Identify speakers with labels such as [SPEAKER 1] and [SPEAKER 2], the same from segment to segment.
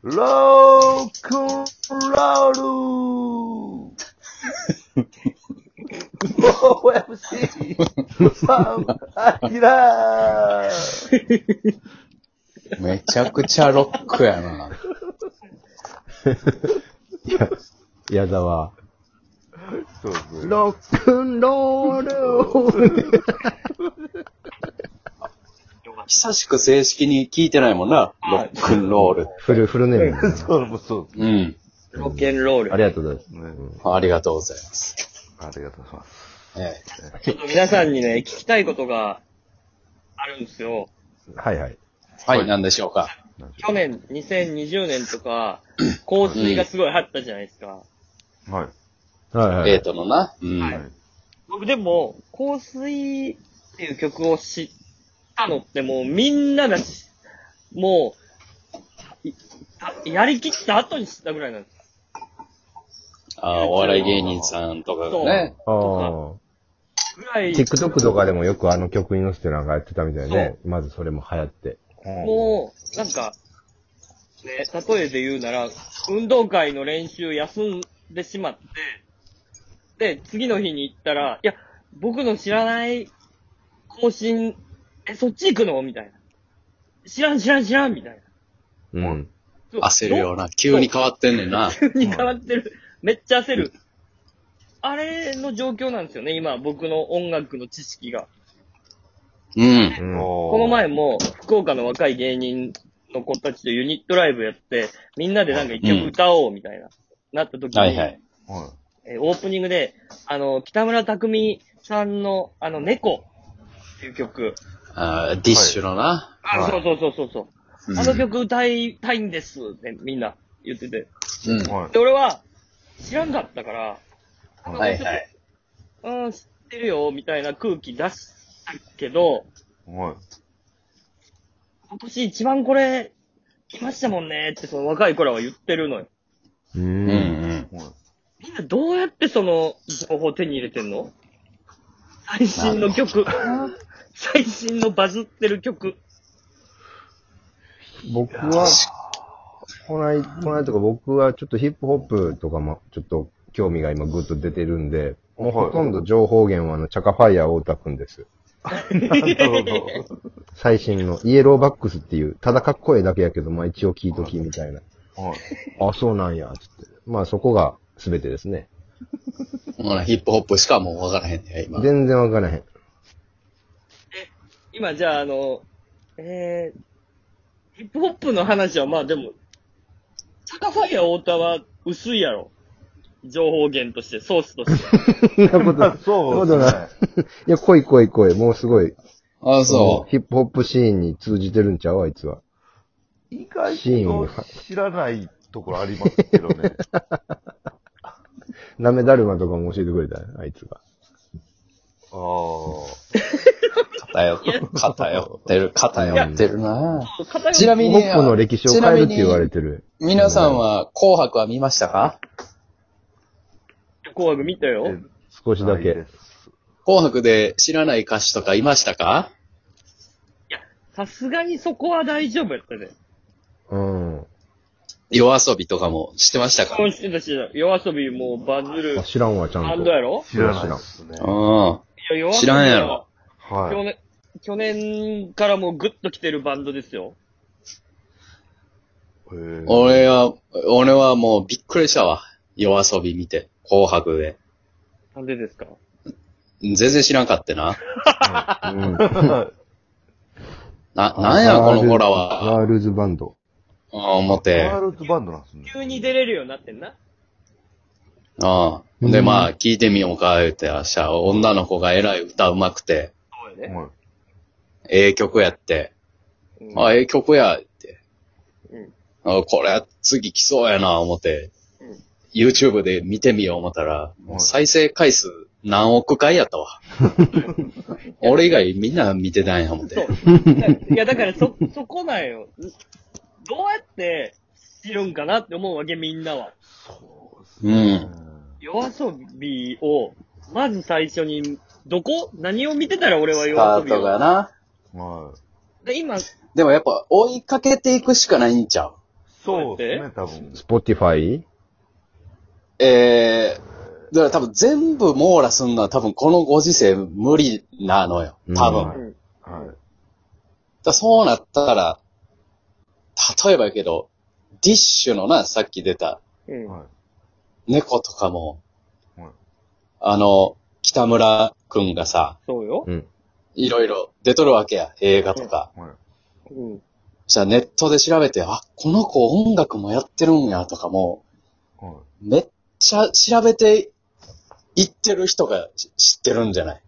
[SPEAKER 1] ロークンロール OMC! ファン、アキラー
[SPEAKER 2] めちゃくちゃロックやな。
[SPEAKER 3] 矢沢。
[SPEAKER 1] そうですね。
[SPEAKER 3] ロックンロール。
[SPEAKER 2] 久しく正式に聞いてないもんな、ロックンロール。
[SPEAKER 3] フル、フルネームだな。
[SPEAKER 1] そう、もうそうで
[SPEAKER 2] うん。
[SPEAKER 4] ロケンロール。
[SPEAKER 3] ありがとうございます。
[SPEAKER 1] すね。
[SPEAKER 2] ありがとうございます。
[SPEAKER 1] ありがとうございます。
[SPEAKER 2] え
[SPEAKER 4] ちょっと皆さんにね、聞きたいことがあるんですよ。
[SPEAKER 3] はいはい。
[SPEAKER 2] えはい、何でしょうか。
[SPEAKER 4] 去年、2020年とか、洪水がすごいあったじゃないですか。
[SPEAKER 1] はい。
[SPEAKER 3] はいは
[SPEAKER 2] デー
[SPEAKER 3] い。
[SPEAKER 2] トのな。うん。
[SPEAKER 1] はい
[SPEAKER 4] 僕でも、洪水っていう曲を知ったのってもうみんながし、もう、いあやりきった後に知ったぐらいなんです。
[SPEAKER 2] あーお笑い芸人さんとかがね。
[SPEAKER 3] ああ。
[SPEAKER 4] ぐらい、
[SPEAKER 3] TikTok とかでもよくあの曲に載せてなんかやってたみたいね。まずそれも流行って。
[SPEAKER 4] もう、なんか、ね、例えで言うなら、運動会の練習休んでしまって、で、次の日に行ったら、いや、僕の知らない更新、え、そっち行くのみたいな。知らん知らん知らんみたいな。
[SPEAKER 3] うん。
[SPEAKER 4] そう
[SPEAKER 2] 焦るような。急に変わってんねんな。
[SPEAKER 4] 急に変わってる。めっちゃ焦る。あれの状況なんですよね、今、僕の音楽の知識が。
[SPEAKER 2] うん。
[SPEAKER 3] うん。
[SPEAKER 1] こ
[SPEAKER 4] この前も、福岡の若い芸人の子たちとユニットライブやって、みんなでなんか一曲歌おうみたいな、なった時に、
[SPEAKER 2] はいはい。
[SPEAKER 1] はい。
[SPEAKER 4] えーオープニングで、あの、北村匠海さんの、あの、猫っていう曲。
[SPEAKER 2] あーディッシュのな。
[SPEAKER 4] あ、
[SPEAKER 1] はい
[SPEAKER 4] そうそうそうそうそう。
[SPEAKER 2] うん
[SPEAKER 4] あの曲歌いたいんですってみんな言ってて。
[SPEAKER 2] うん。
[SPEAKER 1] はい
[SPEAKER 4] で、。俺は知らんかったから、なんかも
[SPEAKER 2] は
[SPEAKER 4] う
[SPEAKER 2] い
[SPEAKER 4] ちょっと
[SPEAKER 2] はい。
[SPEAKER 4] うん、知ってるよ、みたいな空気出したけど、
[SPEAKER 1] はい。
[SPEAKER 4] 今年一番これ、来ましたもんねってその若い子らは言ってるのよ。
[SPEAKER 3] う。
[SPEAKER 2] うんうんん。
[SPEAKER 4] みんなどうやってその情報を手に入れてんの最新の曲。最新のバズってる曲。
[SPEAKER 3] 僕は、こない、こないとか僕はちょっとヒップホップとかもちょっと興味が今ぐっと出てるんで、もうほとんど情報源はあの、チャカファイヤー太田くんです。
[SPEAKER 1] なる
[SPEAKER 3] 最新の、イエローバックスっていう、ただかっこええだけやけど、まあ一応聞いときみたいな。
[SPEAKER 1] ほど。はい。
[SPEAKER 3] あ、そうなんや、つって。まあそこが全てですね。
[SPEAKER 2] ほら、ヒップホップしかもうわからへんね今。
[SPEAKER 3] 全然わから へん。
[SPEAKER 4] 今じゃあ、あの、えー、ヒップホップの話はまあでも、チャカファイア太田は薄いやろ。情報源として、ソースとして。
[SPEAKER 3] そんなこと、
[SPEAKER 1] そう
[SPEAKER 3] そ
[SPEAKER 1] で
[SPEAKER 3] ん
[SPEAKER 1] す
[SPEAKER 3] なこと
[SPEAKER 1] ね
[SPEAKER 3] ない。いや、来い来い来い、もうすごい。
[SPEAKER 2] ああ、そ
[SPEAKER 3] ヒップホップシーンに通じてるんちゃうあいつは。
[SPEAKER 1] 意外
[SPEAKER 3] シーン
[SPEAKER 1] と
[SPEAKER 3] を
[SPEAKER 1] 知らないところありますけどね。
[SPEAKER 3] なめだるまとかも教えてくれたね、あいつが。
[SPEAKER 1] ああ。
[SPEAKER 2] う。偏っ、偏ってる、偏ってるな。ちなみ
[SPEAKER 3] ヒ
[SPEAKER 2] に
[SPEAKER 3] ップホップの歴史を変えるって言われてる。
[SPEAKER 2] 皆さんは、紅白は見ましたか
[SPEAKER 4] 紅白見たよ。
[SPEAKER 1] え
[SPEAKER 3] 少しだ
[SPEAKER 1] ない
[SPEAKER 3] け
[SPEAKER 1] で。す
[SPEAKER 2] 紅白で知らない歌手とかいましたか
[SPEAKER 4] さすがにそこは大丈夫やったね。
[SPEAKER 3] うん。
[SPEAKER 2] 夜遊びとかも知ってましたか
[SPEAKER 4] 結婚してたし、夜遊びもうバズる
[SPEAKER 3] あ知らんわ、ちゃんと。
[SPEAKER 4] バンドやろ
[SPEAKER 1] 知らないですね。
[SPEAKER 2] うん。
[SPEAKER 4] いや、夜遊びは
[SPEAKER 2] 知らんやろ。
[SPEAKER 4] 去
[SPEAKER 1] は
[SPEAKER 4] 年、去年からもうグッと来てるバンドですよ。
[SPEAKER 1] い。へえ
[SPEAKER 2] 俺は、俺はもうびっくりしたわ。夜遊び見て、紅白で。
[SPEAKER 4] なんでですか
[SPEAKER 2] 全然知らんかってな。
[SPEAKER 3] うん。
[SPEAKER 2] な、なんやこの子らは。
[SPEAKER 3] ガールズバンド。
[SPEAKER 2] うん思っ
[SPEAKER 1] ガ
[SPEAKER 2] て。
[SPEAKER 1] ールズバンドなんですね。
[SPEAKER 4] 急に出れるようになってんな。
[SPEAKER 2] うん。で、まあ、聞いてみようか、言うて、あしゃ、女の子がえらい歌うまくて、
[SPEAKER 4] そうよね。
[SPEAKER 1] はい。
[SPEAKER 2] ええ曲やって、
[SPEAKER 4] うん
[SPEAKER 2] あ、ええ曲や、って。
[SPEAKER 4] うん
[SPEAKER 2] あこれ、次来そうやな、思って
[SPEAKER 4] うん、
[SPEAKER 2] YouTube で見てみよう思ったら、
[SPEAKER 1] はい
[SPEAKER 2] 再生回数何億回やった わ。俺以外みんな見てないや、思って。
[SPEAKER 4] そう。 いや、だからそ、そこなんよ。どうやって知るんかなって思うわけ、みんなは。
[SPEAKER 1] そうです
[SPEAKER 2] うん。
[SPEAKER 4] 夜遊びを、まず最初に、どこ何を見てたら俺は
[SPEAKER 2] スタ
[SPEAKER 4] 夜遊
[SPEAKER 2] ー
[SPEAKER 4] び
[SPEAKER 2] トが
[SPEAKER 4] を。
[SPEAKER 2] な。
[SPEAKER 1] はい。
[SPEAKER 4] で、今、
[SPEAKER 2] でもやっぱ追いかけていくしかないんちゃう
[SPEAKER 5] そうです
[SPEAKER 4] こ
[SPEAKER 5] ね、多分。
[SPEAKER 3] スポティフ ァイ
[SPEAKER 2] えー、だから多分全部網羅すんのは多分このご時世無理なのよ。多分。だ
[SPEAKER 3] うん
[SPEAKER 2] か
[SPEAKER 4] うん。
[SPEAKER 5] はい。
[SPEAKER 2] らそうなったら、例えばやけど、ディッシュのな、さっき出た
[SPEAKER 4] うん。
[SPEAKER 5] はい。
[SPEAKER 2] 猫とかも、
[SPEAKER 5] はい
[SPEAKER 2] あの、北村くんがさ、
[SPEAKER 4] そうよ。
[SPEAKER 3] うん。
[SPEAKER 2] いろいろ出とるわけや、映画とか。
[SPEAKER 5] はい。
[SPEAKER 4] うん。
[SPEAKER 2] じゃあネットで調べて、あ、この子音楽もやってるんやとかも、
[SPEAKER 5] はい。
[SPEAKER 2] めっちゃ調べていってる人がし知ってるんじゃない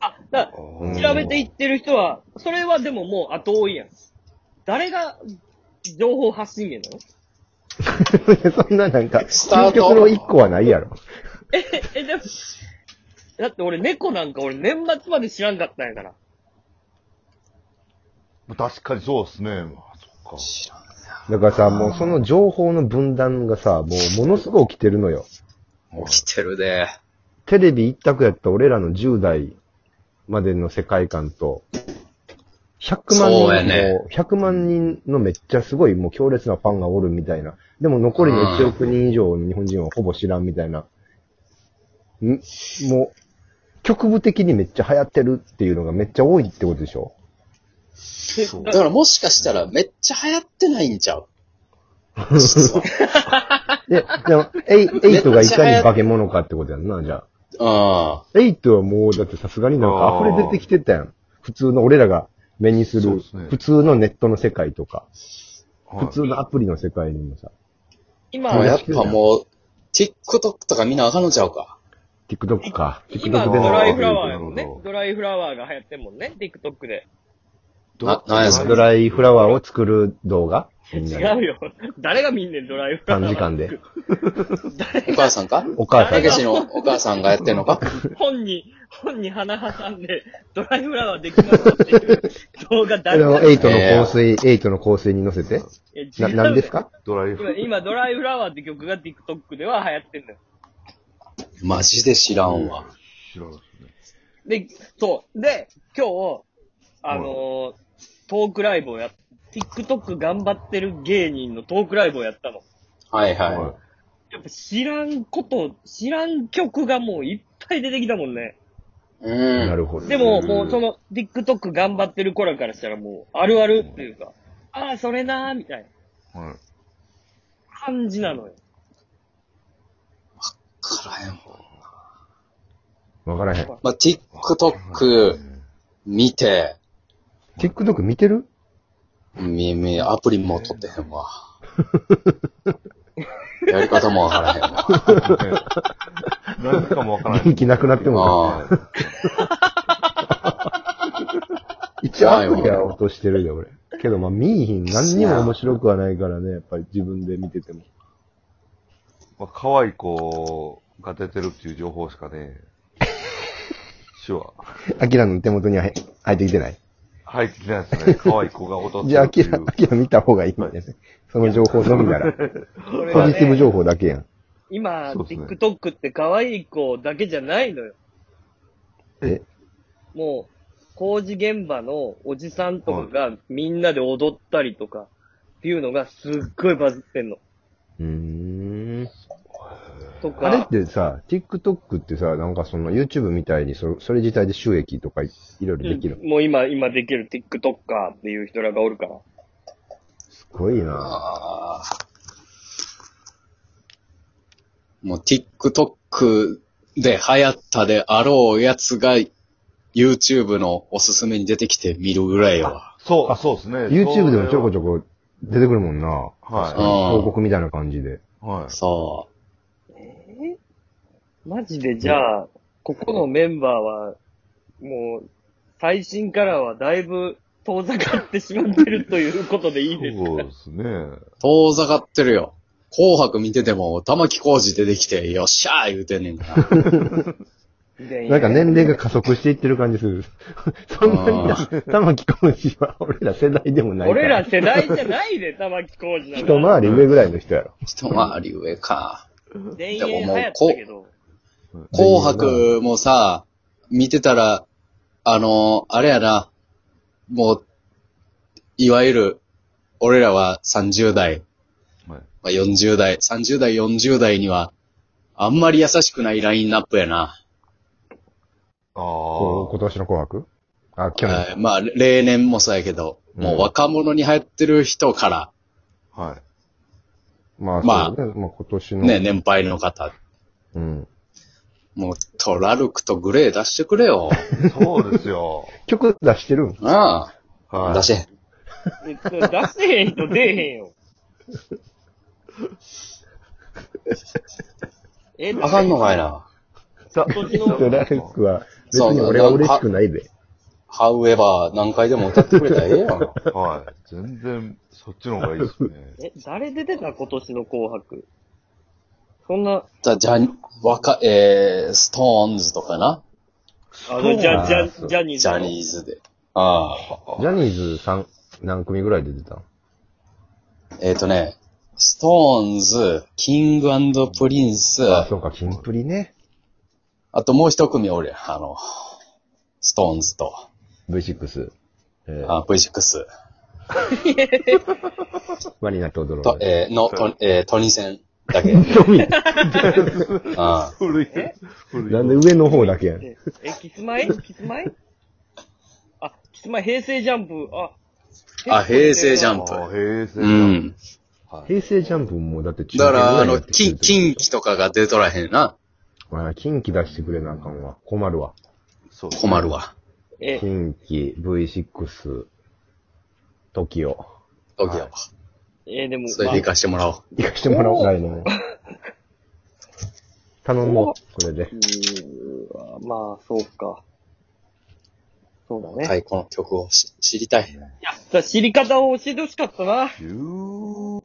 [SPEAKER 4] あ、だか
[SPEAKER 3] う
[SPEAKER 4] ら
[SPEAKER 3] ん
[SPEAKER 4] 調べていってる人は、それはでももう後追いやん。誰が情報発信源なの
[SPEAKER 3] そんななんか、
[SPEAKER 2] スター
[SPEAKER 3] 究
[SPEAKER 2] ト
[SPEAKER 3] 極の一個はないやろ。
[SPEAKER 4] え、え、でも、だって俺猫なんか俺年末まで知らんかったんやから。
[SPEAKER 5] 確かにそうですね。まあ、そっか。
[SPEAKER 2] 知らん。
[SPEAKER 3] だからさ、もうその情報の分断がさ、もうものすごい起きてるのよ。
[SPEAKER 2] 起きてるで。
[SPEAKER 3] テレビ一択やった俺らの10代までの世界観と、100万
[SPEAKER 2] そうや
[SPEAKER 3] 人の、
[SPEAKER 2] ね
[SPEAKER 3] 100万人のめっちゃすごいもう強烈なファンがおるみたいな。でも残りの1億人以上の日本人はほぼ知らんみたいな。んもう、局部的にめっちゃ流行ってるっていうのがめっちゃ多いってことでしょ
[SPEAKER 4] で
[SPEAKER 5] そう
[SPEAKER 2] だからもしかしたらめっちゃ流行ってないんちゃ う実は
[SPEAKER 3] で、でも、エ イ、エイトがいかに化け物かってことやんな、じゃあ。
[SPEAKER 2] うん。
[SPEAKER 3] エイトはもう、だってさすがになんか溢れ出てきてたやん。普通の、俺らが目にす
[SPEAKER 5] そう
[SPEAKER 3] る
[SPEAKER 5] ですね
[SPEAKER 3] 普通のネットの世界とか、
[SPEAKER 5] はい
[SPEAKER 3] 普通のアプリの世界にもさ、
[SPEAKER 4] 今、
[SPEAKER 2] もうやっ
[SPEAKER 4] 今
[SPEAKER 2] ぱもう、TikTok とかみんなあかんのちゃうか。
[SPEAKER 3] TikTok か。TikTok で
[SPEAKER 4] ドライフラワーや
[SPEAKER 5] の
[SPEAKER 4] もんね
[SPEAKER 5] なるほ。ど
[SPEAKER 4] ドライフラワーが流行ってんもんね、TikTok で。
[SPEAKER 2] ななんやそ
[SPEAKER 3] ドライフラワーを作る動画みんな
[SPEAKER 4] 違
[SPEAKER 3] で
[SPEAKER 4] うよ。誰が見んねん、ドライフラワー。
[SPEAKER 3] 短時間で。
[SPEAKER 2] お母さんか
[SPEAKER 3] お母さ
[SPEAKER 2] た
[SPEAKER 3] ん
[SPEAKER 2] け
[SPEAKER 3] が
[SPEAKER 2] しのお母さんがやってんのか
[SPEAKER 4] 本に、本に鼻挟んで、ドライフラワーできましたっていう動画
[SPEAKER 3] あ
[SPEAKER 4] 誰
[SPEAKER 3] の、
[SPEAKER 4] が
[SPEAKER 3] エイトの香水、エイトの香水に乗せて。
[SPEAKER 4] いや
[SPEAKER 3] な、
[SPEAKER 4] 違う
[SPEAKER 3] なんですか
[SPEAKER 5] ドライフ
[SPEAKER 4] 今、今ドライフラワーって曲が TikTok では流行ってんのよ。
[SPEAKER 2] マジで知らんわ。
[SPEAKER 5] 知らんですね。
[SPEAKER 4] で、そう。で、今日、あのートークライブをやっ、TikTok 頑張ってる芸人のトークライブをやったの。
[SPEAKER 2] はい
[SPEAKER 5] はい
[SPEAKER 2] は
[SPEAKER 4] やっぱ知らんこと、知らん曲がもういっぱい出てきたもんね。
[SPEAKER 2] い。うん。
[SPEAKER 3] なるほど。
[SPEAKER 4] でも、もうその、TikTok 頑張ってる子らからしたらもう、あるあるっていうか、ああ、それなー、みたいな
[SPEAKER 5] はい。
[SPEAKER 4] 感じなのよ。
[SPEAKER 2] からへんわ
[SPEAKER 3] わからへん。
[SPEAKER 2] まあ、TikTok 見て、
[SPEAKER 3] TikTok 見てる
[SPEAKER 2] み、み、アプリも取ってへ んわ。やり方もわからへんわ。
[SPEAKER 5] 何かもわからない。
[SPEAKER 3] 元気なくなっても
[SPEAKER 2] ああ。
[SPEAKER 3] うた。一応アプリは落としてるよ、俺。けど、まあ、見いひん。何にも面白くはないからね、やっぱり自分で見てても。
[SPEAKER 5] まあ、可愛い子が出てるっていう情報しかね、手話。
[SPEAKER 3] アキラの手元にはへ入ってきてない。
[SPEAKER 5] 入ってきてないですね。可愛い子が踊って
[SPEAKER 3] じゃあ、ア
[SPEAKER 5] るって
[SPEAKER 3] キ
[SPEAKER 5] い
[SPEAKER 3] ラ、
[SPEAKER 5] う
[SPEAKER 3] ア。キラ見た方がいいんだね。その情報のみなら。
[SPEAKER 4] これ
[SPEAKER 3] ポ
[SPEAKER 4] が
[SPEAKER 3] ジティブ
[SPEAKER 4] ね、
[SPEAKER 3] 情報だけやん。
[SPEAKER 4] 今、
[SPEAKER 5] そうですね
[SPEAKER 4] TikTok って可愛い子だけじゃないのよ。
[SPEAKER 3] え
[SPEAKER 4] もう、工事現場のおじさんとかがみんなで踊ったりとかっていうのがすっごいバズってんの。
[SPEAKER 3] うーん。
[SPEAKER 4] と
[SPEAKER 3] あれっ
[SPEAKER 4] か、
[SPEAKER 3] てさ、TikTok ってさ、なんかその YouTube みたいにそ、それ自体で収益とかいいろいろできる。
[SPEAKER 4] もう今、今できる TikToker っていう人らがおるから。
[SPEAKER 3] すごいな
[SPEAKER 2] ああ。もう TikTok で流行ったであろうやつが YouTube のおすすめに出てきて見るぐらいは。
[SPEAKER 5] そう、そうですね。
[SPEAKER 3] YouTube でもちょこち
[SPEAKER 5] ょ
[SPEAKER 3] ょこ出てくるもんな
[SPEAKER 5] は
[SPEAKER 2] あ
[SPEAKER 3] 広告みたいな感じで。
[SPEAKER 5] い。はい。
[SPEAKER 2] そ
[SPEAKER 4] マジでじゃあ、ここのメンバーは、もう、最新からはだいぶ遠ざかってしまってるということでいいですか
[SPEAKER 5] そうですね。
[SPEAKER 2] う。遠ざかってるよ。紅白見てても玉木浩二出てきて、よっしゃー言うてんねんから。
[SPEAKER 3] なんか年齢が加速していってる感じする。 そんなにな、玉木浩二は俺ら世代でもないから。
[SPEAKER 4] 俺ら世代じゃないで、玉置浩二なんか。
[SPEAKER 3] 一回り上ぐらいの人やろ。
[SPEAKER 2] 一回り上か。
[SPEAKER 4] 全
[SPEAKER 2] で
[SPEAKER 4] 員
[SPEAKER 2] も
[SPEAKER 4] 流
[SPEAKER 2] もう
[SPEAKER 4] 行ったけど。
[SPEAKER 2] 紅白もさ、見てたら、あの、あれやな、もう、いわゆる、俺らは30代、
[SPEAKER 5] はい
[SPEAKER 2] まあ、40代、30代、40代には、あんまり優しくないラインナップやな。
[SPEAKER 5] あ
[SPEAKER 3] こう
[SPEAKER 5] あ。
[SPEAKER 3] 今年の紅白あ、去
[SPEAKER 2] は
[SPEAKER 3] 年。
[SPEAKER 2] い、まあ、例年もそうやけど、もう若者に流行ってる人から、
[SPEAKER 5] はい。
[SPEAKER 3] まあ、
[SPEAKER 2] まあ
[SPEAKER 3] そうね。まあ今年の。
[SPEAKER 2] ね、年配の方、
[SPEAKER 3] うん。
[SPEAKER 2] もうトラルクとグレー出してくれよ。
[SPEAKER 5] そうですよ。
[SPEAKER 3] 曲出してるん
[SPEAKER 2] あ
[SPEAKER 5] は
[SPEAKER 2] あ、
[SPEAKER 5] い。
[SPEAKER 2] 出せ。
[SPEAKER 4] 出せへん人出えへ んよ。え、
[SPEAKER 2] あかんのかいな。
[SPEAKER 5] た
[SPEAKER 4] 今年
[SPEAKER 3] ド
[SPEAKER 4] の、
[SPEAKER 3] ラルクは、別に俺は嬉しくないで。
[SPEAKER 2] ハウエバー何回でも歌ってくれたらええやん。
[SPEAKER 5] はい。全然、そっちの方がいいですね。
[SPEAKER 4] え、誰出てた今年の紅白。そんな、
[SPEAKER 2] じゃ、じゃ、わか、えー、ストーンズとかな。
[SPEAKER 4] あの、ジャ、ジャ、ジャニー
[SPEAKER 2] ジ
[SPEAKER 4] ズの。
[SPEAKER 2] ャニーズで。ああ。
[SPEAKER 3] ジャニーズさん、何組ぐらいで出たん
[SPEAKER 2] えっ、とね、ストーンズ、キングプリンス、
[SPEAKER 3] あ、
[SPEAKER 2] あ
[SPEAKER 3] そうか、キンプリね。
[SPEAKER 2] ともう一組おるやん。あの、ストーンズと、
[SPEAKER 3] V6。えー、
[SPEAKER 2] あ V6
[SPEAKER 3] マリナとドロ
[SPEAKER 2] と、
[SPEAKER 3] ー。
[SPEAKER 2] えー、の、と、えー、トニセンだ け。 あ
[SPEAKER 5] 古い
[SPEAKER 4] え。
[SPEAKER 5] 古い。
[SPEAKER 3] なんで上の方だけやん。
[SPEAKER 4] え、キスマイキスマイあ、キスマイ平成ジャンプ。あ、
[SPEAKER 2] あ平成ジャン
[SPEAKER 5] あ
[SPEAKER 2] プ
[SPEAKER 5] ー平成
[SPEAKER 2] う
[SPEAKER 5] だ
[SPEAKER 2] ん。
[SPEAKER 5] はい。
[SPEAKER 3] 平成ジャンプもだって中
[SPEAKER 2] だから、あの、
[SPEAKER 3] キ
[SPEAKER 2] 近、近畿とかが出とらへんな。
[SPEAKER 3] まあ、近畿出してくれなあかんわ。困るわ。
[SPEAKER 5] そうですね
[SPEAKER 2] 困る。わ。
[SPEAKER 4] え、
[SPEAKER 3] 近畿、V6、TOKIO。
[SPEAKER 2] 時は。
[SPEAKER 4] えーでも、
[SPEAKER 2] それで行かしてもらおう。
[SPEAKER 3] 行かしてもらおうかいな。頼もう、これで。
[SPEAKER 4] まあうーわ、まあ、そうか。そうだね。
[SPEAKER 2] はい、この曲をし知りたい。
[SPEAKER 4] いや、知り方を教えてほしかったな。
[SPEAKER 5] 十